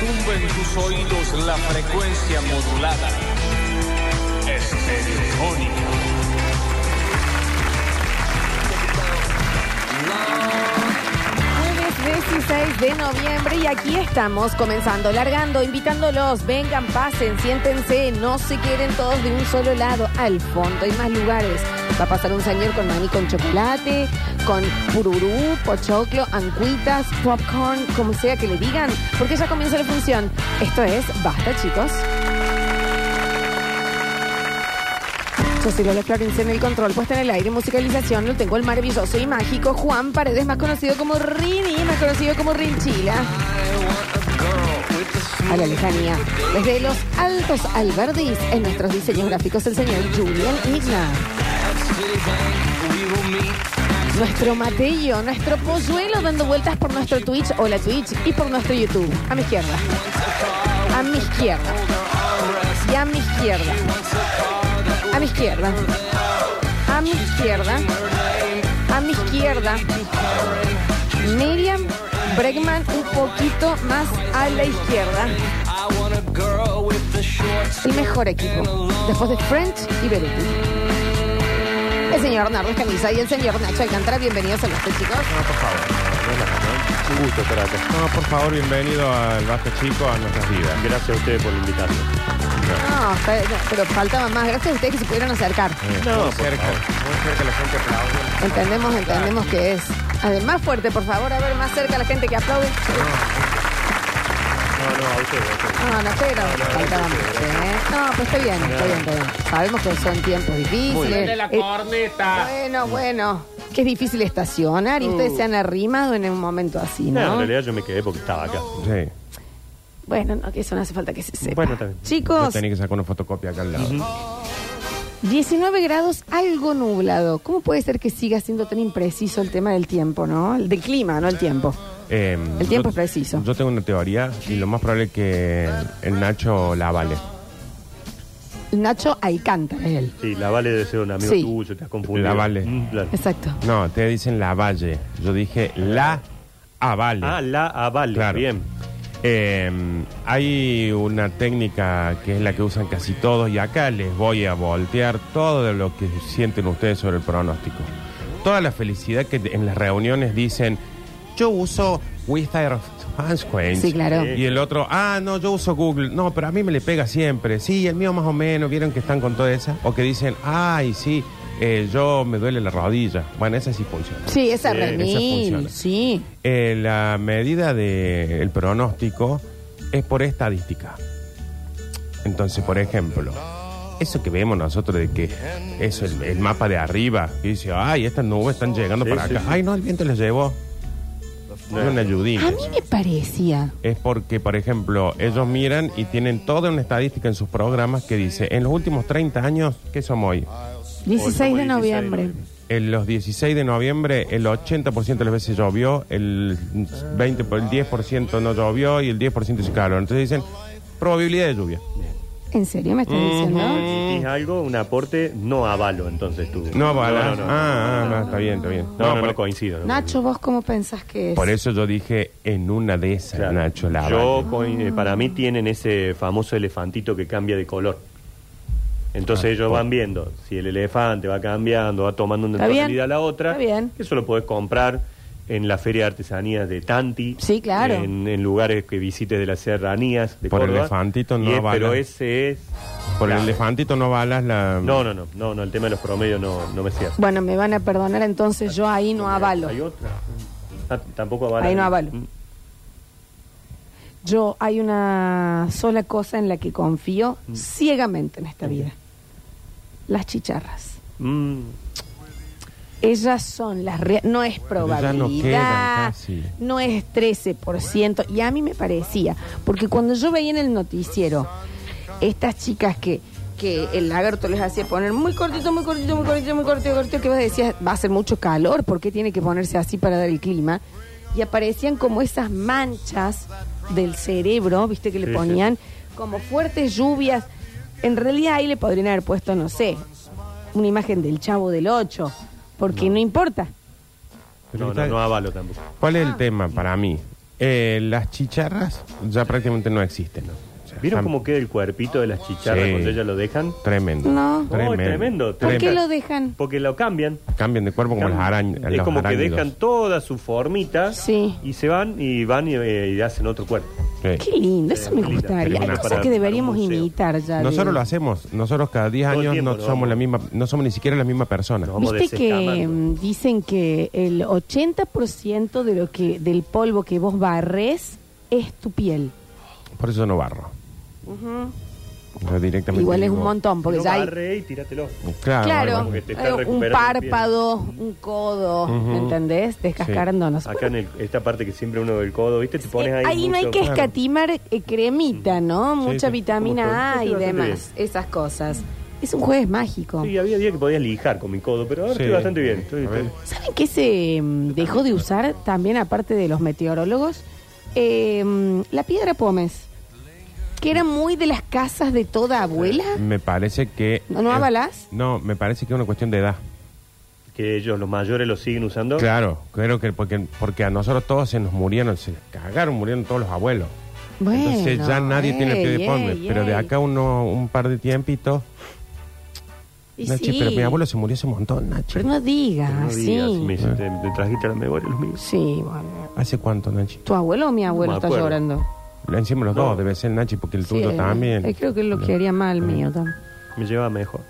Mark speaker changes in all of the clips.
Speaker 1: sus oídos la frecuencia modulada. Estereofónica.
Speaker 2: Jueves 16 de noviembre y aquí estamos comenzando, largando, invitándolos, vengan, pasen, siéntense, no se queden todos de un solo lado, al fondo hay más lugares. Va a pasar un señor con maní con chocolate, con pururú, pochoclo, ancuitas, popcorn, como sea que le digan, porque ya comienza la función. Esto es Basta, chicos. Yo soy Lola Florencia en el control, puesta en el aire y musicalización. Lo tengo el maravilloso y mágico Juan Paredes, más conocido como Rini, más conocido como Rinchila. A la lejanía, desde los altos albardis, en nuestros diseños gráficos, el señor Julian Igna. Nuestro Mateo, nuestro polluelo dando vueltas por nuestro Twitch, o la Twitch, y por nuestro YouTube. A mi izquierda. A mi izquierda. Y a mi izquierda. A mi izquierda. A mi izquierda. A mi izquierda. Miriam Bregman un poquito más a la izquierda. El mejor equipo. Después de French y Beruti. El señor Nardo Camisa y el señor Nacho Alcántara. Bienvenidos a los tres chicos.
Speaker 3: No, por favor. no, no, no. Un gusto estar acá.
Speaker 4: No, por favor, bienvenido al Basta Chico a nuestras vidas.
Speaker 3: Gracias a ustedes por invitarme.
Speaker 2: No, está- no, pero faltaba más. Gracias a ustedes que se pudieron acercar.
Speaker 3: No,
Speaker 4: muy
Speaker 3: por
Speaker 4: cerca,
Speaker 3: favor.
Speaker 4: muy cerca la gente aplaude.
Speaker 2: Entendemos, entendemos que es. Además, fuerte, por favor, a ver más cerca a la gente que aplaude.
Speaker 3: No, no, a ustedes. a ustedes.
Speaker 2: No, no, pero faltaba más, ¿eh? No, pues está bien, está bien, está bien. Sabemos que son tiempos difíciles. Eh, bueno, bueno. Que es difícil estacionar y ustedes se han arrimado en un momento así,
Speaker 3: Uh. No,
Speaker 2: ¿no?
Speaker 3: en realidad yo me quedé porque estaba acá.
Speaker 4: Sí.
Speaker 2: Bueno, no, que eso no hace falta que se sepa.
Speaker 3: Bueno, está bien.
Speaker 4: Yo
Speaker 2: Chicos,
Speaker 4: tenía que sacar una fotocopia acá al lado.
Speaker 2: 19 grados, algo nublado. ¿Cómo puede ser que siga siendo tan impreciso el tema del tiempo, no? El del clima, no el tiempo.
Speaker 4: Eh,
Speaker 2: El tiempo
Speaker 4: yo-
Speaker 2: es preciso.
Speaker 4: Yo tengo una teoría y lo más probable es que el Nacho la avale.
Speaker 2: Nacho Alcántara es él.
Speaker 3: Sí, la Vale debe ser un amigo
Speaker 2: Sí.
Speaker 3: tuyo, te has confundido.
Speaker 4: La Vale. Este.
Speaker 3: Mm, claro.
Speaker 2: Exacto.
Speaker 4: No, te dicen la valle. Yo dije la avale.
Speaker 3: Ah, la Avale,
Speaker 4: Claro.
Speaker 3: bien.
Speaker 4: Eh, hay una técnica que es la que usan casi todos y acá les voy a voltear todo lo que sienten ustedes sobre el pronóstico. Toda la felicidad que en las reuniones dicen, yo uso Wizard of Consequence".
Speaker 2: Sí, claro.
Speaker 4: Y el otro, ah, no, yo uso Google. No, pero a mí me le pega siempre. Sí, el mío más o menos. ¿Vieron que están con toda esa? O que dicen, ay, sí, eh, yo me duele la rodilla. Bueno, esa sí funciona.
Speaker 2: Sí, esa
Speaker 3: Sí,
Speaker 2: re
Speaker 3: esa
Speaker 2: mil,
Speaker 4: funciona.
Speaker 2: Sí.
Speaker 4: Eh, la medida del pronóstico es por estadística. Entonces, por ejemplo, eso que vemos nosotros de que eso, el, el mapa de arriba, que dice, ay, estas nubes están llegando
Speaker 3: Sí,
Speaker 4: para
Speaker 3: sí,
Speaker 4: acá.
Speaker 3: sí.
Speaker 4: Ay, no, el viento las llevó. No es una ayudín
Speaker 2: A
Speaker 4: eso.
Speaker 2: mí me parecía.
Speaker 4: Es porque, por ejemplo, ellos miran y tienen toda una estadística en sus programas que dice, en los últimos 30 años, ¿qué somos hoy?
Speaker 2: 16 de
Speaker 3: Hoy somos 16 de
Speaker 2: noviembre.
Speaker 3: noviembre.
Speaker 4: En los 16 de noviembre el 80% de las veces llovió, el 20 por- el 10% no llovió y el 10% se caló. Entonces dicen probabilidad de lluvia.
Speaker 2: ¿En serio me estás diciendo?
Speaker 3: ¿Necesitas algo? Un aporte no avalo, entonces tú.
Speaker 4: No, para-
Speaker 3: No, no, no.
Speaker 4: ah, ah, no, está bien, está bien.
Speaker 3: No, no,
Speaker 4: por,
Speaker 3: no coincido. no.
Speaker 2: Nacho, ¿vos cómo pensás que es?
Speaker 4: por eso yo dije en una de esas,
Speaker 3: Claro.
Speaker 4: Nacho, la
Speaker 3: Yo,
Speaker 4: avalo.
Speaker 3: coin- eh, para mí tienen ese famoso elefantito que cambia de color. Entonces
Speaker 4: Ah,
Speaker 3: ellos
Speaker 4: bueno.
Speaker 3: van viendo si el elefante va cambiando, va tomando una
Speaker 2: Está bien,
Speaker 3: tonalidad a la otra.
Speaker 2: está bien.
Speaker 3: Eso lo podés comprar en la Feria de Artesanías de Tanti.
Speaker 2: Sí, claro.
Speaker 3: En, en lugares que visites de las serranías de
Speaker 4: Por
Speaker 3: Córdoba.
Speaker 4: elefantito no
Speaker 3: Y es-
Speaker 4: va
Speaker 3: Pero
Speaker 4: la-
Speaker 3: ese es...
Speaker 4: Por el
Speaker 3: Claro.
Speaker 4: elefantito no balas la...
Speaker 3: No, no, no, no, no, el tema de los promedios no, no me cierra.
Speaker 2: Bueno, me van a perdonar, entonces yo ahí no avalo.
Speaker 3: Hay otra. Ah, tampoco avalo.
Speaker 2: Ahí no avalo.
Speaker 3: Mm.
Speaker 2: Yo hay una sola cosa en la que confío
Speaker 4: Mm.
Speaker 2: ciegamente en esta vida. Las chicharras.
Speaker 3: Mm.
Speaker 2: Ellas son las rea- no es
Speaker 4: ya no quedan
Speaker 2: probabilidad,
Speaker 4: casi.
Speaker 2: no, es 13%. Y a mí me parecía, porque cuando yo veía en el noticiero estas chicas que, que el lagarto les hacía poner muy cortito, muy cortito, muy cortito, muy cortito, cortito, que vos decías, va a hacer mucho calor, ¿por qué tiene que ponerse así para dar el clima? Y aparecían como esas manchas del cerebro, viste que le
Speaker 3: Sí, sí.
Speaker 2: ponían como fuertes lluvias. En realidad ahí le podrían haber puesto, no sé, una imagen del chavo del 8, porque no, importa.
Speaker 4: Pero
Speaker 3: No,
Speaker 4: está-
Speaker 3: no, no avalo tampoco.
Speaker 4: ¿Cuál es el tema para mí? Eh, las chicharras ya prácticamente no existen. ¿no? O sea,
Speaker 3: ¿Vieron
Speaker 4: están
Speaker 3: cómo queda el cuerpito de las chicharras
Speaker 4: Sí.
Speaker 3: cuando ellas lo dejan?
Speaker 4: Tremendo.
Speaker 2: No. Oh,
Speaker 4: tremendo.
Speaker 3: tremendo,
Speaker 2: ¿Por qué
Speaker 3: Tremendo.
Speaker 2: lo dejan?
Speaker 3: Porque lo cambian.
Speaker 4: Cambian de cuerpo como las
Speaker 3: Cambian.
Speaker 4: arañas.
Speaker 3: es
Speaker 4: los
Speaker 3: como que
Speaker 4: arácnidos.
Speaker 3: dejan toda su formita
Speaker 2: Sí.
Speaker 3: y se van y van y, eh, y hacen otro cuerpo.
Speaker 4: Sí.
Speaker 2: Qué lindo, eso me
Speaker 3: Qué lindo.
Speaker 2: gustaría. Hay
Speaker 4: Tremendo.
Speaker 2: cosas
Speaker 3: Para-
Speaker 2: que deberíamos
Speaker 3: para un museo.
Speaker 2: imitar ya.
Speaker 4: Nosotros
Speaker 2: de-
Speaker 4: lo hacemos. Nosotros cada 10
Speaker 3: Todo el
Speaker 4: años
Speaker 3: tiempo
Speaker 4: no
Speaker 3: lo
Speaker 4: somos
Speaker 3: vamos.
Speaker 4: la misma, no somos ni siquiera la misma persona.
Speaker 3: No. vamos
Speaker 2: Viste que
Speaker 3: desescamando.
Speaker 2: mm, dicen que el 80% de lo que, del polvo que vos barres es tu piel.
Speaker 4: Por eso no barro. Yo directamente
Speaker 2: Igual es
Speaker 4: digo,
Speaker 2: un montón, porque
Speaker 3: Y lo
Speaker 2: ya hay...
Speaker 3: barre y tíratelo.
Speaker 4: Claro.
Speaker 2: Claro,
Speaker 4: algo
Speaker 3: que
Speaker 4: así.
Speaker 3: te está
Speaker 2: eh, un
Speaker 3: recuperando
Speaker 2: párpado, un codo,
Speaker 4: Ujú.
Speaker 2: ¿me entendés? Descascarándonos. Eh,
Speaker 3: Acá en el- esta parte que siempre uno del codo, ¿viste? Te pones ahí.
Speaker 2: ahí no hay
Speaker 3: mucho-
Speaker 2: que
Speaker 4: claro.
Speaker 2: escatimar eh, cremita, ¿no?
Speaker 4: Sí,
Speaker 2: Mucha
Speaker 4: sí.
Speaker 2: vitamina A
Speaker 3: Como
Speaker 2: y
Speaker 3: todo. Estoy bastante
Speaker 2: demás, esas cosas. Es un jueves mágico.
Speaker 3: Sí, había días que podías lijar con mi codo, pero ahora
Speaker 4: Sí.
Speaker 3: estoy bastante bien. Estoy-
Speaker 4: A ver.
Speaker 3: estoy-
Speaker 2: ¿Saben qué se mm, dejó de usar también, aparte de los meteorólogos? Eh, mm, la piedra pómez, que era muy de las casas de toda abuela.
Speaker 4: Me parece que.
Speaker 2: ¿No, no
Speaker 4: eh,
Speaker 2: avalás?
Speaker 4: No, me parece que es una cuestión de edad.
Speaker 3: Que ellos, los mayores, lo siguen usando.
Speaker 4: Claro, creo que porque, porque a nosotros todos se nos murieron, se cagaron, murieron todos los abuelos.
Speaker 2: Bueno,
Speaker 4: Entonces ya nadie tiene el pie de
Speaker 2: ey,
Speaker 4: pombe.
Speaker 2: ey,
Speaker 4: Pero de
Speaker 2: ey.
Speaker 4: acá uno, un par de tiempitos.
Speaker 2: Y
Speaker 4: Nachi,
Speaker 2: sí,
Speaker 4: pero mi abuelo se murió hace un montón, Nachi.
Speaker 2: pero no digas,
Speaker 3: No
Speaker 2: Ah, sí.
Speaker 3: digas, me,
Speaker 4: Eh.
Speaker 3: te- me trajiste a la memoria los míos.
Speaker 2: Sí, bueno.
Speaker 4: ¿Hace cuánto, Nachi?
Speaker 2: ¿Tu abuelo o mi abuelo
Speaker 3: me
Speaker 2: está
Speaker 3: acuerdo.
Speaker 2: llorando?
Speaker 4: Encima los
Speaker 3: No.
Speaker 4: dos, debe ser Nachi, porque el
Speaker 2: Sí,
Speaker 4: tuyo
Speaker 2: eh,
Speaker 4: también. Mm.
Speaker 2: eh, creo que él lo quería mal, mío también.
Speaker 3: Me llevaba mejor.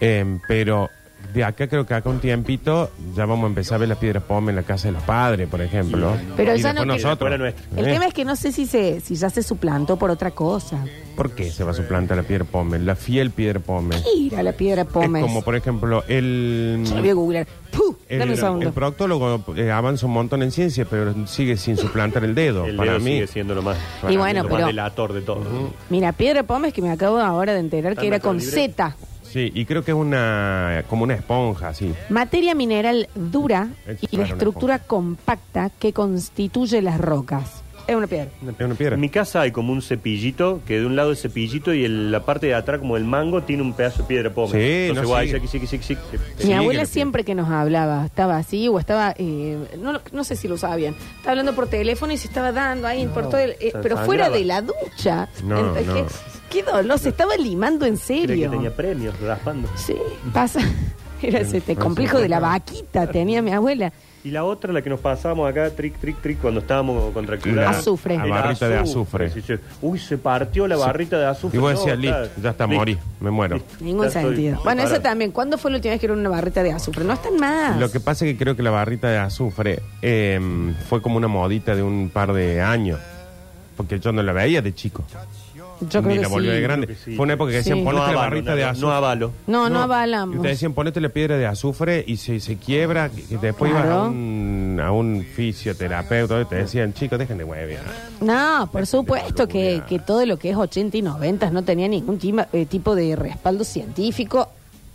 Speaker 4: Eh, pero de acá creo que acá un tiempito ya vamos a empezar a ver las piedras pome en la casa de los padres, por ejemplo.
Speaker 2: Pero
Speaker 4: Y
Speaker 2: ya
Speaker 4: después
Speaker 2: no que-
Speaker 4: nosotros.
Speaker 3: Fuera nuestra.
Speaker 2: El
Speaker 4: ¿Eh?
Speaker 2: tema es que no sé si se, si ya se suplantó por otra cosa.
Speaker 4: ¿Por qué se va a suplantar la piedra pome? La fiel piedra pome.
Speaker 2: ¿Qué era la piedra pómez?
Speaker 4: Es como, por ejemplo, el...
Speaker 2: Lo voy a googlear. ¡Puh!
Speaker 4: El,
Speaker 2: Dame un segundo.
Speaker 4: el proctólogo eh, avanza un montón en ciencia, pero sigue sin suplantar el dedo.
Speaker 3: El
Speaker 4: para
Speaker 3: dedo
Speaker 4: mí,
Speaker 3: sigue siendo lo más.
Speaker 2: Y
Speaker 3: para mí,
Speaker 2: bueno,
Speaker 3: lo
Speaker 2: pero-
Speaker 3: más delator de todo.
Speaker 2: Mira, piedra pómez que me acabo ahora de enterar que
Speaker 3: Anda
Speaker 2: era
Speaker 3: con
Speaker 2: con
Speaker 3: libre.
Speaker 2: Z.
Speaker 4: sí, y creo que es una como una esponja, así.
Speaker 2: Materia mineral dura
Speaker 4: Eso
Speaker 2: y
Speaker 4: era
Speaker 2: de
Speaker 4: una
Speaker 2: estructura compacta que constituye las rocas. Es una piedra.
Speaker 4: Es una piedra.
Speaker 3: En mi casa hay como un cepillito, que de un lado es cepillito y el- la parte de atrás, como el mango, tiene un pedazo de piedra pómez.
Speaker 4: Sí,
Speaker 3: Entonces,
Speaker 4: no,
Speaker 3: guay,
Speaker 4: sí.
Speaker 3: sí, sí, sí, sí, sí.
Speaker 2: Mi
Speaker 4: Sí, que
Speaker 2: abuela
Speaker 4: la
Speaker 2: siempre que nos hablaba, estaba así o estaba, eh, no, lo- no sé si lo sabía bien, estaba hablando por teléfono y se estaba dando ahí por todo el, eh,
Speaker 3: se
Speaker 2: pero fuera
Speaker 3: sangraba.
Speaker 2: de la ducha.
Speaker 4: No,
Speaker 2: Entonces,
Speaker 4: no.
Speaker 2: Qué dolor, se estaba limando en
Speaker 3: Creía que
Speaker 2: serio.
Speaker 3: tenía premios raspando.
Speaker 2: Sí, pasa. Era ese este complejo de la vaquita, tenía mi abuela.
Speaker 3: Y la otra, la que nos pasábamos acá, trick, trick, trick, cuando estábamos contracturados.
Speaker 2: La- Azufre. la
Speaker 4: barrita de azufre.
Speaker 3: Sí, sí. Uy, se partió la barrita de azufre.
Speaker 4: Y vos
Speaker 3: No,
Speaker 4: decías,
Speaker 3: está-
Speaker 4: "Listo, ya está,
Speaker 3: listo,
Speaker 4: morí, me muero".
Speaker 3: listo,
Speaker 2: Ningún
Speaker 3: ya estoy
Speaker 2: sentido. Bueno, eso
Speaker 3: preparado.
Speaker 2: también. ¿Cuándo fue la última vez que era una barrita de azufre? No están más.
Speaker 4: Lo que pasa es que creo que la barrita de azufre eh, fue como una modita de un par de años. Porque yo no la veía de chico.
Speaker 2: Yo
Speaker 4: ni
Speaker 2: creo
Speaker 4: la
Speaker 2: que
Speaker 4: volvió
Speaker 2: sí.
Speaker 4: de grande.
Speaker 3: Creo que sí.
Speaker 4: Fue una época que decían,
Speaker 2: Sí.
Speaker 4: ponete
Speaker 3: No
Speaker 4: la
Speaker 3: avalo,
Speaker 4: barrita
Speaker 3: no,
Speaker 4: de
Speaker 3: no,
Speaker 4: azufre.
Speaker 3: no avalo.
Speaker 2: No, no,
Speaker 4: Y
Speaker 2: avalamos.
Speaker 4: te decían, ponete la piedra de azufre y se, se quiebra. Y después
Speaker 2: Claro.
Speaker 4: ibas a un, a un fisioterapeuta y te decían, chicos, dejen de huevear.
Speaker 2: No, por supuesto
Speaker 4: de
Speaker 2: que,
Speaker 4: Colombia.
Speaker 2: que todo lo que es 80 y 90 no tenía ningún tima- eh, tipo de respaldo científico,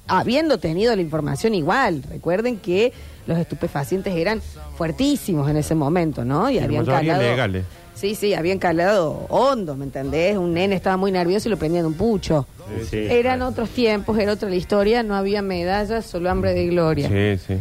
Speaker 2: habiendo tenido la información igual. Recuerden que los estupefacientes eran fuertísimos en ese momento, ¿no? Y
Speaker 4: la
Speaker 2: habían
Speaker 4: mayoría
Speaker 2: calado.
Speaker 4: legales.
Speaker 2: Sí, sí, habían calado hondo, ¿me entendés? Un nene estaba muy nervioso y lo prendían de un pucho.
Speaker 3: Sí, sí.
Speaker 2: Eran otros tiempos, era otra la historia, no había medallas, solo hambre de gloria.
Speaker 4: Sí, sí.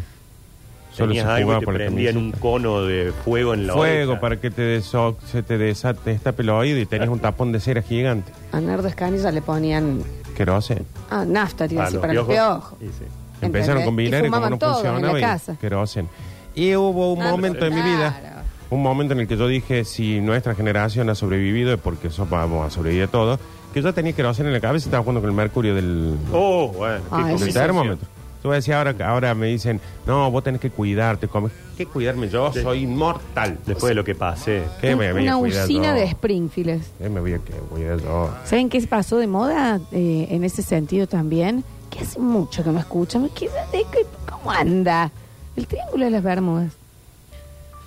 Speaker 4: Solo
Speaker 3: Tenías
Speaker 4: se
Speaker 3: algo
Speaker 4: jugaba
Speaker 3: que
Speaker 4: por la
Speaker 3: prendía en un
Speaker 4: camiseta.
Speaker 3: cono de fuego en la
Speaker 4: Fuego
Speaker 3: oreja.
Speaker 4: para que te deso- se te desate esta oído y tenías un tapón de cera gigante.
Speaker 2: A Nardo Escanilla le ponían
Speaker 4: Que no sé.
Speaker 2: ah, nafta, te iba a
Speaker 3: Ah,
Speaker 2: decir, para los piojos.
Speaker 3: Sí, sí.
Speaker 4: Empezaron
Speaker 2: ¿Entendés?
Speaker 4: con
Speaker 2: Y
Speaker 4: vinagre como
Speaker 2: fumaban
Speaker 4: no
Speaker 2: todos
Speaker 4: funcionaba
Speaker 2: en
Speaker 4: y
Speaker 2: la casa.
Speaker 4: queroseno. Y hubo un
Speaker 2: Ah,
Speaker 4: momento en mi
Speaker 2: claro.
Speaker 4: vida, un momento en el que yo dije, si nuestra generación ha sobrevivido, es porque eso vamos a sobrevivir todos, que yo tenía queroseno en la cabeza y estaba jugando con el mercurio del,
Speaker 3: Oh, bueno.
Speaker 2: Ah, eso
Speaker 3: qué
Speaker 4: del
Speaker 2: sí.
Speaker 3: combinación.
Speaker 4: termómetro. Yo decía, ahora, ahora me dicen, no, vos tenés que cuidarte. ¿cómo? ¿Qué cuidarme? Yo
Speaker 3: Sí.
Speaker 4: soy inmortal.
Speaker 3: Después de lo que pasé.
Speaker 4: ¿Qué me voy a
Speaker 2: una
Speaker 4: cuidar
Speaker 2: usina
Speaker 4: yo?
Speaker 2: de Springfield.
Speaker 4: ¿Qué me voy a que- cuidar yo?
Speaker 2: ¿Saben qué pasó de moda eh, en ese sentido también? Que hace mucho que no escuchamos. ¿Qué- de qué- ¿Cómo anda? El Triángulo de las Bermudas.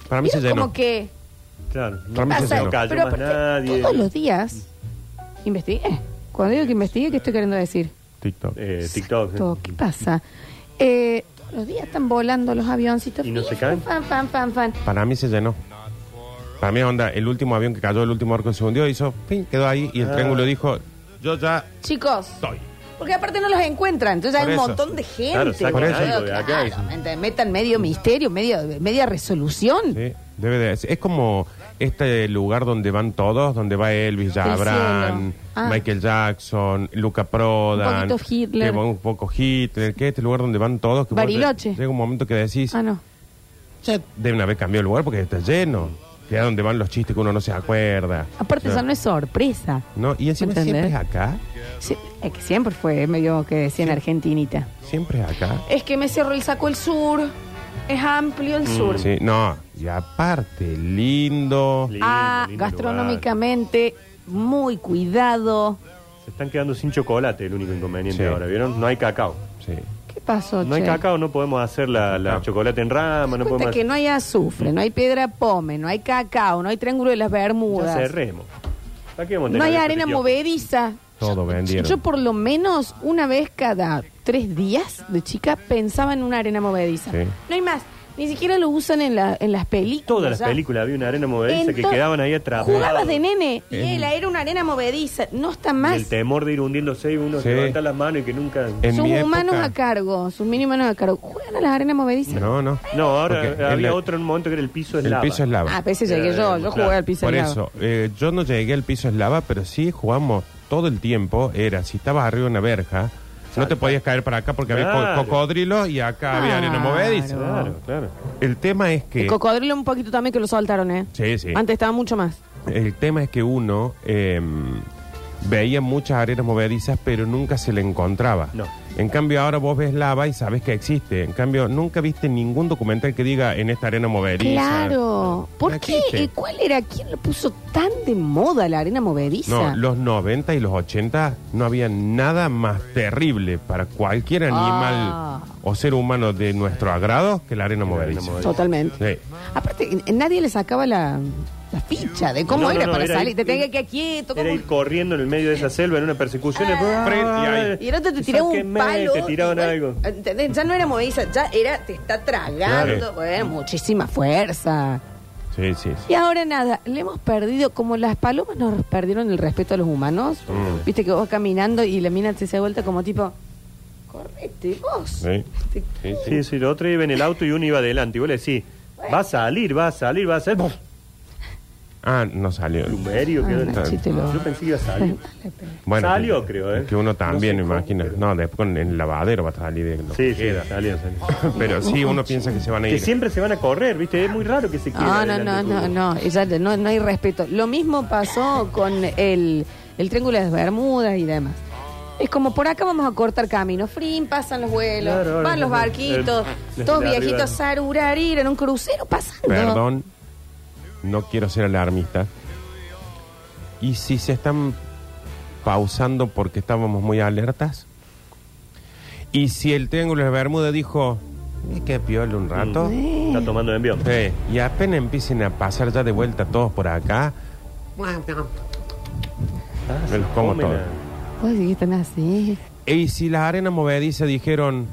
Speaker 4: Para mí se
Speaker 2: Vieron
Speaker 4: llenó.
Speaker 2: como que
Speaker 3: Claro.
Speaker 4: Para mí se
Speaker 2: pasa,
Speaker 4: llenó.
Speaker 3: no cayó
Speaker 2: pero
Speaker 3: más
Speaker 2: aparte,
Speaker 3: nadie.
Speaker 2: todos los días investigué. Cuando digo que investigué, ¿qué estoy queriendo decir?
Speaker 4: TikTok.
Speaker 3: Eh, TikTok.
Speaker 2: Exacto, ¿Qué pasa? Eh, todos los días están volando los avioncitos.
Speaker 3: ¿Y no se caen?
Speaker 2: Fan, fan, fan, fan.
Speaker 4: Para mí se llenó. Para mí, onda, el último avión que cayó, el último barco que se hundió, hizo, pin, quedó ahí y el
Speaker 3: Ah.
Speaker 4: triángulo dijo, yo ya
Speaker 2: Chicos,
Speaker 4: estoy.
Speaker 2: Porque aparte no los encuentran, entonces
Speaker 4: Por
Speaker 2: hay un
Speaker 4: eso.
Speaker 2: montón de gente.
Speaker 3: Claro, sacan
Speaker 2: boludo,
Speaker 3: algo de acá,
Speaker 2: claro,
Speaker 3: dicen.
Speaker 2: mente- metan medio misterio, medio, media resolución.
Speaker 4: Sí. Debe de, es, es como este lugar donde van todos, donde va Elvis, ya
Speaker 2: El
Speaker 4: Abraham,
Speaker 2: cielo. Ah.
Speaker 4: Michael Jackson, Luca Prodan.
Speaker 2: Un poquito Hitler.
Speaker 4: que va un poco Hitler, que este lugar donde van todos. Que vos
Speaker 2: Bariloche.
Speaker 4: te- Llega un momento que decís,
Speaker 2: Ah, no.
Speaker 4: ya deben haber cambiado el lugar porque está lleno. Que es donde van los chistes que uno no se acuerda.
Speaker 2: Aparte,
Speaker 4: Ya.
Speaker 2: eso no es sorpresa.
Speaker 4: No, y encima
Speaker 2: ¿Entendés?
Speaker 4: siempre es acá.
Speaker 2: Sí, es que siempre fue medio que decía en Argentinita.
Speaker 4: Siempre es acá.
Speaker 2: Es que me cerró el saco el sur. Es amplio el
Speaker 3: Mm,
Speaker 2: sur.
Speaker 4: Sí, no. Y aparte, lindo.
Speaker 3: Lindo,
Speaker 2: ah,
Speaker 3: lindo
Speaker 2: gastronómicamente, muy cuidado.
Speaker 3: lugar. Se están quedando sin chocolate, el único inconveniente
Speaker 4: Sí.
Speaker 3: ahora, ¿vieron? No hay cacao.
Speaker 4: Sí.
Speaker 2: ¿Qué pasó,
Speaker 3: No hay
Speaker 2: che?
Speaker 3: cacao, no podemos hacer la, la
Speaker 4: No.
Speaker 3: chocolate en rama, no
Speaker 2: Cuenta
Speaker 3: podemos
Speaker 2: que no hay azufre, no hay piedra pome, no hay cacao, no hay triángulo de las
Speaker 3: Ya
Speaker 2: Bermudas.
Speaker 3: cerremos. ¿Para qué vamos a tener
Speaker 2: No hay
Speaker 3: esto,
Speaker 2: arena
Speaker 3: tío?
Speaker 2: movediza.
Speaker 4: Todo
Speaker 2: Yo,
Speaker 4: vendieron.
Speaker 2: yo por lo menos una vez cada tres días de chica pensaba en una arena movediza.
Speaker 4: Sí.
Speaker 2: No hay más. Ni siquiera lo usan en, la- en las películas.
Speaker 3: Todas las
Speaker 2: ya.
Speaker 3: películas había una arena movediza que
Speaker 2: Ento-
Speaker 3: quedaban ahí atrapadas.
Speaker 2: Jugabas de nene y
Speaker 4: En-
Speaker 2: él era una arena movediza. No está
Speaker 3: Y
Speaker 2: más.
Speaker 3: El temor de ir hundiéndose y uno
Speaker 4: Sí.
Speaker 3: levanta las manos y que nunca.
Speaker 4: En
Speaker 2: sus
Speaker 4: mi época-
Speaker 2: humanos a cargo, sus mini humanos a cargo. Juegan a las arenas movedizas.
Speaker 4: No, no.
Speaker 3: No, ahora
Speaker 4: Porque en
Speaker 3: había
Speaker 4: la-
Speaker 3: otro en un momento que era el piso es
Speaker 4: El
Speaker 3: lava.
Speaker 4: piso es lava.
Speaker 2: Ah, a veces llegué yo, yo
Speaker 3: Claro.
Speaker 2: jugué al piso
Speaker 4: Por
Speaker 2: al lado.
Speaker 4: eso, eh, yo no llegué al piso eslava, pero sí jugamos todo el tiempo. Era, si estabas arriba de una verja, no te podías caer para acá porque había
Speaker 3: Claro.
Speaker 4: co- cocodrilos y acá había arena
Speaker 2: Claro.
Speaker 4: movediza.
Speaker 3: Claro, claro.
Speaker 4: El tema es que...
Speaker 2: El cocodrilo un poquito también que lo soltaron, ¿eh?
Speaker 4: Eh, Sí, sí.
Speaker 2: Antes estaba mucho más.
Speaker 4: El tema es que uno eh, veía muchas arenas movedizas, pero nunca se le encontraba.
Speaker 3: No.
Speaker 4: En cambio, ahora vos ves lava y sabes que existe. En cambio, nunca viste ningún documental que diga en esta arena movediza.
Speaker 2: Claro. ¿Por
Speaker 4: No
Speaker 2: qué?
Speaker 4: existe.
Speaker 2: Eh, ¿Cuál era? ¿Quién lo puso tan de moda la arena movediza?
Speaker 4: No, los 90 y los 80 no había nada más terrible para cualquier animal
Speaker 2: Ah.
Speaker 4: o ser humano de nuestro agrado que la arena
Speaker 3: la arena
Speaker 4: movediza.
Speaker 3: movediza.
Speaker 2: Totalmente.
Speaker 4: Sí.
Speaker 2: Aparte, n- nadie le sacaba la, la ficha de cómo
Speaker 3: No, no,
Speaker 2: era
Speaker 3: no,
Speaker 2: para
Speaker 3: era
Speaker 2: salir.
Speaker 3: ir-
Speaker 2: Te tenía que quedar quieto.
Speaker 3: Era
Speaker 2: ¿cómo?
Speaker 3: ir corriendo en el medio de esa selva en una persecución. ah,
Speaker 4: Fred,
Speaker 2: Y el otro te tiraba un
Speaker 3: Sáquenme,
Speaker 2: palo.
Speaker 3: Te tiraban
Speaker 2: y bueno,
Speaker 3: algo.
Speaker 2: ¿entendés? Ya no era movediza, ya era te está tragando.
Speaker 4: Claro.
Speaker 2: Bueno, muchísima fuerza.
Speaker 4: Sí, sí,
Speaker 2: Y
Speaker 4: sí.
Speaker 2: ahora nada, le hemos perdido, como las palomas nos perdieron el respeto a los humanos.
Speaker 3: Mm.
Speaker 2: Viste que vos caminando y la mina te se vuelta como tipo, correte vos.
Speaker 4: Sí.
Speaker 2: Te-
Speaker 4: Sí, sí.
Speaker 3: Sí, sí, lo otro iba en el auto y uno iba adelante. Y vos le decís, va a salir, va a salir, va a salir. ¡Pum!
Speaker 4: Ah, no salió.
Speaker 3: Plumerio
Speaker 2: Ah,
Speaker 3: quedó
Speaker 2: Nachito, lo-
Speaker 3: Yo pensé que iba a salir. Salió, creo, ¿eh?
Speaker 4: Que uno también,
Speaker 3: No sé cómo,
Speaker 4: imagina.
Speaker 3: pero-
Speaker 4: No, después con el lavadero va a salir de lo
Speaker 3: Sí,
Speaker 4: que
Speaker 3: sí,
Speaker 4: queda.
Speaker 3: salió, salió.
Speaker 4: Pero sí, uno piensa que se van a
Speaker 3: Que
Speaker 4: ir.
Speaker 3: siempre se van a correr, ¿viste? Es muy raro que se queden.
Speaker 2: No, no,
Speaker 3: adelante
Speaker 2: no, no,
Speaker 3: tuyo.
Speaker 2: no, y ya te- no, no hay respeto. Lo mismo pasó con el, el Triángulo de las Bermudas y demás. Es como por acá vamos a cortar camino. Frim, pasan los vuelos,
Speaker 3: Claro, ahora
Speaker 2: van los
Speaker 3: no, no.
Speaker 2: barquitos,
Speaker 3: El-
Speaker 2: todos
Speaker 3: desde
Speaker 2: viejitos
Speaker 3: arriba.
Speaker 2: sarurarir en un crucero pasando.
Speaker 4: Perdón, no quiero ser alarmista. Y si se están pausando porque estábamos muy alertas. Y si el Triángulo de Bermuda dijo, es que piola un rato.
Speaker 3: Mm. Está tomando envión.
Speaker 4: Sí, y apenas empiecen a pasar ya de vuelta todos por acá,
Speaker 3: Ah,
Speaker 4: me los como
Speaker 3: comen
Speaker 4: todos.
Speaker 3: a-
Speaker 2: Vos decís que están así.
Speaker 4: Y si las arenas movedizas dijeron,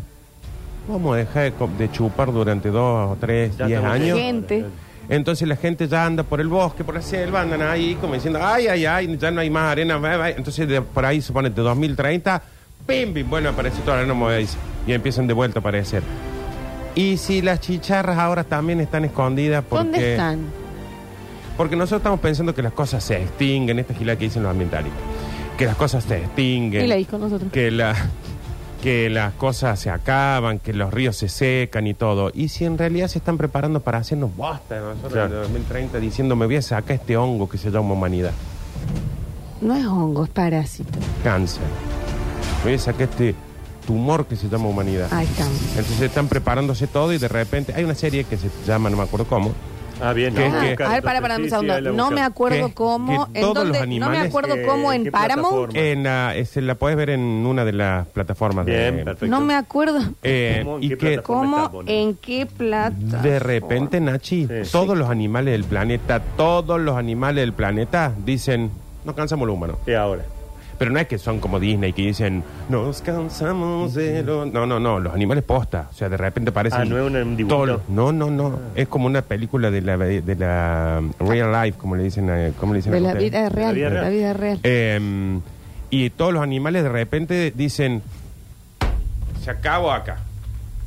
Speaker 4: vamos a dejar de co- de chupar durante dos o tres,
Speaker 3: ya
Speaker 4: diez
Speaker 3: estamos-
Speaker 4: años.
Speaker 2: Gente.
Speaker 4: Entonces la gente ya anda por el bosque, por la selva, andan ahí como diciendo, ay, ay, ay, ya no hay más arena. bye, bye". Entonces de- por ahí, suponete, 2030, pim, pim, bueno, aparece toda la arena movediza. Y empiezan de vuelta a aparecer. Y si las chicharras ahora también están escondidas porque...
Speaker 2: ¿Dónde están?
Speaker 4: Porque nosotros estamos pensando que las cosas se extinguen, esta gila que dicen los ambientalistas. Que las cosas se extinguen.
Speaker 2: Y la disco nosotros.
Speaker 4: Que, la, que las cosas se acaban, que los ríos se secan y todo. Y si en realidad se están preparando para hacernos bosta nosotros en
Speaker 3: Claro.
Speaker 4: el 2030 diciendo me voy a sacar este hongo que se llama humanidad.
Speaker 2: No es hongo, es parásito.
Speaker 4: Cáncer. Me voy a sacar este tumor que se llama humanidad.
Speaker 2: Ahí están.
Speaker 4: Entonces están preparándose todo y de repente hay una serie que se llama, no me acuerdo cómo,
Speaker 3: Ah, bien.
Speaker 4: Que-
Speaker 3: no,
Speaker 4: que-
Speaker 3: buscar,
Speaker 2: a ver, para, para, un
Speaker 3: entonces, sí,
Speaker 2: segundo.
Speaker 3: sí, la
Speaker 2: no
Speaker 3: buscar.
Speaker 2: me acuerdo
Speaker 4: Que-
Speaker 2: cómo.
Speaker 4: que
Speaker 2: en
Speaker 4: todos los
Speaker 2: dónde- no me
Speaker 4: animales,
Speaker 2: acuerdo
Speaker 3: eh,
Speaker 2: cómo en
Speaker 3: ¿qué
Speaker 2: Paramount.
Speaker 3: plataforma?
Speaker 4: En la, es- la puedes ver en una de las plataformas de,
Speaker 3: Bien, perfecto.
Speaker 2: No me acuerdo
Speaker 4: Eh,
Speaker 3: ¿Cómo? ¿En
Speaker 4: y
Speaker 3: qué
Speaker 4: que
Speaker 3: plataforma?
Speaker 2: cómo,
Speaker 3: está, Bonnie?
Speaker 2: en qué plata.
Speaker 4: de repente, Nachi,
Speaker 3: Sí.
Speaker 4: todos los animales del planeta, todos los animales del planeta dicen, nos cansamos los humanos.
Speaker 3: Y ahora.
Speaker 4: Pero no es que son como Disney que dicen, nos cansamos de lo... No, no, no, los animales posta. O sea, de repente parecen...
Speaker 3: Ah, no es un- un dibujito. Ah.
Speaker 4: todos los- No, no, no. Es como una película de la, de la real life, como le dicen, eh, ¿cómo le dicen a
Speaker 2: De la
Speaker 4: ustedes?
Speaker 2: vida real.
Speaker 3: vida
Speaker 2: De la
Speaker 3: real.
Speaker 2: vida real.
Speaker 4: Eh, y todos los animales de repente dicen, se acabó acá.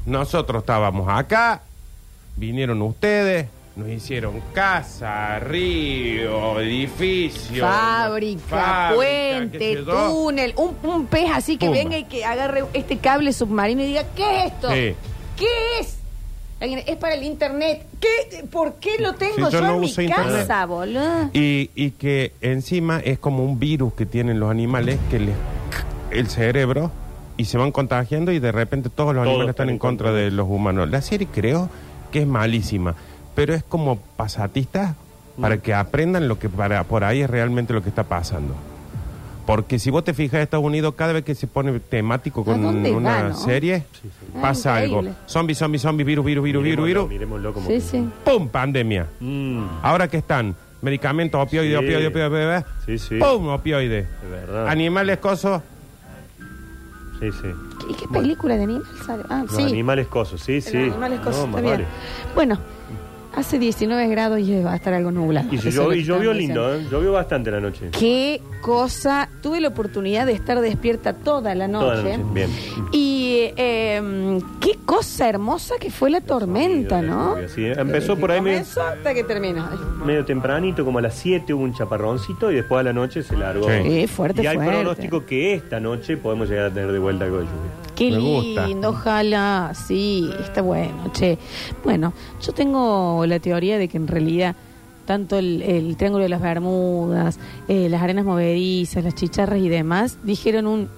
Speaker 4: Nosotros estábamos acá, vinieron ustedes, Nos hicieron casa, río, edificio.
Speaker 2: Fábrica,
Speaker 4: fábrica, qué
Speaker 2: puente,
Speaker 4: sé yo.
Speaker 2: túnel, un, un pez así que
Speaker 4: Pumba.
Speaker 2: venga y que agarre este cable submarino y diga, ¿qué es esto?
Speaker 4: Sí.
Speaker 2: ¿Qué es? Alguien, es para el internet. ¿Qué? ¿Por qué lo tengo
Speaker 4: Sí, yo
Speaker 2: yo,
Speaker 4: no
Speaker 2: en mi
Speaker 4: uso
Speaker 2: casa,
Speaker 4: internet.
Speaker 2: boludo?
Speaker 4: Y, y que encima es como un virus que tienen los animales que les el cerebro y se van contagiando y de repente todos los
Speaker 3: Todos
Speaker 4: animales están en contra de los humanos. La serie creo que es malísima, pero es como pasatistas para que aprendan lo que para por ahí es realmente lo que está pasando. Porque si vos te fijas, Estados Unidos cada vez que se pone temático con
Speaker 2: Ah, dónde va,
Speaker 4: una
Speaker 2: no?
Speaker 4: serie,
Speaker 2: Ah,
Speaker 4: pasa algo.
Speaker 2: increíble.
Speaker 4: Zombie, zombie, zombie, virus, virus, virus, virus, virus.
Speaker 3: Miremoslo como.
Speaker 2: Sí,
Speaker 3: que-
Speaker 2: sí.
Speaker 4: ¡Pum! Pandemia.
Speaker 3: Mm,
Speaker 4: Ahora que están medicamentos, opioides,
Speaker 3: Sí.
Speaker 4: opioides, opioides,
Speaker 3: Sí, sí.
Speaker 4: ¡pum! Opioides.
Speaker 3: De verdad.
Speaker 4: Animales, cosos.
Speaker 3: sí, sí.
Speaker 2: ¿Y qué película de animales sale? Ah,
Speaker 3: Los
Speaker 2: sí.
Speaker 3: animales cosos, sí, sí.
Speaker 2: Los animales cosas,
Speaker 3: No, más
Speaker 2: está bien.
Speaker 3: vale.
Speaker 2: Bueno, hace 19 grados y va a estar algo nublado.
Speaker 3: Y,
Speaker 2: Eso
Speaker 3: si
Speaker 2: es
Speaker 3: yo,
Speaker 2: lo que
Speaker 3: y llovió
Speaker 2: estamos diciendo.
Speaker 3: lindo, ¿eh? Llovió bastante la noche.
Speaker 2: Qué cosa. Tuve la oportunidad de estar despierta toda la noche.
Speaker 3: Toda la noche, bien.
Speaker 2: Y eh, em, qué cosa hermosa que fue la tormenta, ¿no?
Speaker 3: Sí, empezó por ahí medio,
Speaker 2: Comenzó hasta que terminó.
Speaker 3: medio tempranito, como a las 7 hubo un chaparroncito y después a la noche se largó.
Speaker 4: Sí.
Speaker 2: Sí, fuerte,
Speaker 3: Y hay
Speaker 2: fuerte.
Speaker 3: pronóstico que esta noche podemos llegar a tener de vuelta algo de lluvia.
Speaker 2: Qué
Speaker 4: Me gusta.
Speaker 2: lindo, ojalá. Sí, está bueno, che. Bueno, yo tengo la teoría de que en realidad tanto el, el Triángulo de las Bermudas, eh, las arenas movedizas, las chicharras y demás, dijeron un...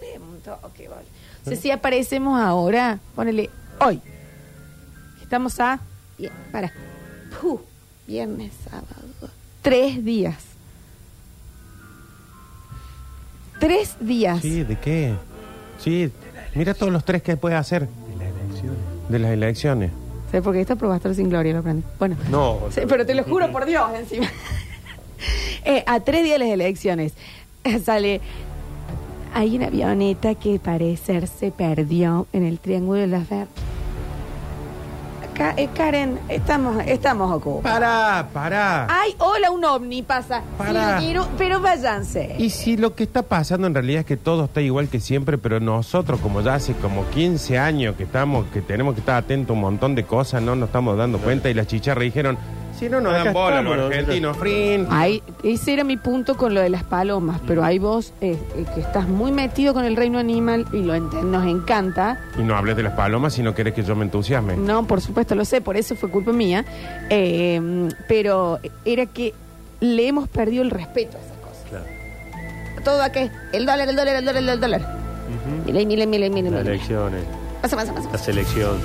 Speaker 2: "Deme un toque, vale". O sea, si aparecemos ahora, ponele hoy. Estamos a... bien, para. Puh, viernes, sábado. Tres días. Tres días.
Speaker 4: Sí, ¿de qué? Sí, mira todos los tres que puedes hacer. De las elecciones.
Speaker 2: ¿Sabes? Porque esto probaste sin gloria, lo aprendí. Bueno.
Speaker 3: No,
Speaker 2: Sí, pero te lo juro por Dios, encima. Eh, a tres días de las elecciones eh, sale. Hay una avioneta que parecer se perdió en el Triángulo de las Ver. Acá, eh, Karen, estamos, estamos ocupados.
Speaker 4: Pará, pará.
Speaker 2: Ay, hola, un ovni pasa. Sí,
Speaker 4: Pará.
Speaker 2: lo quiero, pero váyanse.
Speaker 4: Y si lo que está pasando en realidad es que todo está igual que siempre, pero nosotros como ya hace como 15 años que estamos, que tenemos que estar atentos a un montón de cosas, no nos estamos dando cuenta y las chicharras dijeron, si no nos
Speaker 3: Acá
Speaker 4: dan bola
Speaker 3: estamos
Speaker 4: los
Speaker 3: nosotros".
Speaker 4: argentinos, frin.
Speaker 2: Ahí, ese era mi punto con lo de las palomas, pero ahí vos eh, eh, que estás muy metido con el reino animal y lo enten- nos encanta.
Speaker 4: Y no hables de las palomas si no querés que yo me entusiasme.
Speaker 2: No, por supuesto, lo sé, por eso fue culpa mía. Eh, pero era que le hemos perdido el respeto a esas cosas.
Speaker 3: Claro.
Speaker 2: Todo a qué? El dólar, el dólar, el dólar, el dólar. Mire, mire, mire, mire,
Speaker 3: Las
Speaker 2: mire.
Speaker 3: elecciones,
Speaker 2: Pasa, pasa, pasa.
Speaker 3: la
Speaker 2: pasa.
Speaker 3: selección.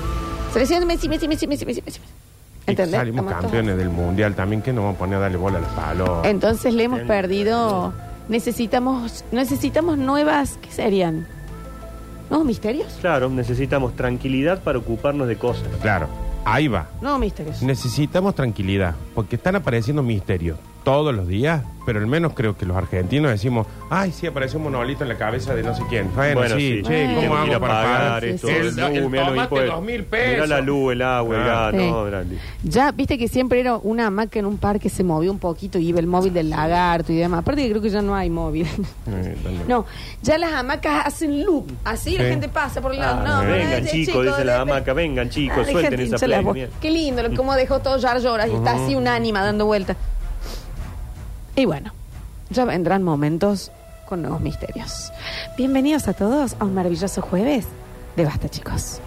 Speaker 2: Selección de Messi, Messi, Messi, Messi, Messi, Messi.
Speaker 4: Y
Speaker 2: ¿Entendés?
Speaker 4: Salimos
Speaker 2: Estamos todos-
Speaker 4: campeones del mundial también, que nos vamos a poner a darle bola a las palomas.
Speaker 2: Entonces le hemos
Speaker 3: Bien.
Speaker 2: perdido. Necesitamos, necesitamos nuevas, ¿qué serían? ¿Nuevos misterios?
Speaker 3: Claro, necesitamos tranquilidad para ocuparnos de cosas.
Speaker 4: Claro, ahí va.
Speaker 2: Nuevos misterios.
Speaker 4: Necesitamos tranquilidad, porque están apareciendo misterios todos los días, pero al menos creo que los argentinos decimos, ay, sí, apareció un monolito en la cabeza de no sé quién. Bueno,
Speaker 3: Bueno,
Speaker 4: sí,
Speaker 3: sí,
Speaker 4: che,
Speaker 2: Bueno.
Speaker 3: Tengo
Speaker 4: ¿cómo
Speaker 3: que ir
Speaker 4: vamos
Speaker 3: a
Speaker 4: para pagar?
Speaker 3: pagar
Speaker 2: sí,
Speaker 3: esto?
Speaker 2: sí.
Speaker 3: luz,
Speaker 4: El, el
Speaker 3: mirá los
Speaker 4: tomate,
Speaker 3: impuestos.
Speaker 4: dos mil pesos.
Speaker 3: Mirá la luz, el agua,
Speaker 4: Ah.
Speaker 3: el gas,
Speaker 2: Sí.
Speaker 3: no, grande.
Speaker 2: Ya, viste que siempre era una hamaca en un parque, se movió un poquito y iba el móvil del lagarto y demás. Aparte que creo que ya no hay móvil.
Speaker 4: Eh, dale.
Speaker 2: No, ya las hamacas hacen loop. Así la
Speaker 4: Sí.
Speaker 2: gente pasa por el lado.
Speaker 3: Ah,
Speaker 2: no, no,
Speaker 3: vengan,
Speaker 2: eh,
Speaker 3: chicos, dice la
Speaker 2: de-
Speaker 3: hamaca, vengan, chicos,
Speaker 2: deja
Speaker 3: suelten
Speaker 2: de
Speaker 3: esa
Speaker 2: hinchar la
Speaker 3: play,
Speaker 2: bola.
Speaker 3: mira.
Speaker 2: Qué lindo, lo- cómo dejó todo Jar lloras y está así un ánima dando vueltas. Y bueno, ya vendrán momentos con nuevos misterios. Bienvenidos a todos a un maravilloso jueves de Basta, chicos.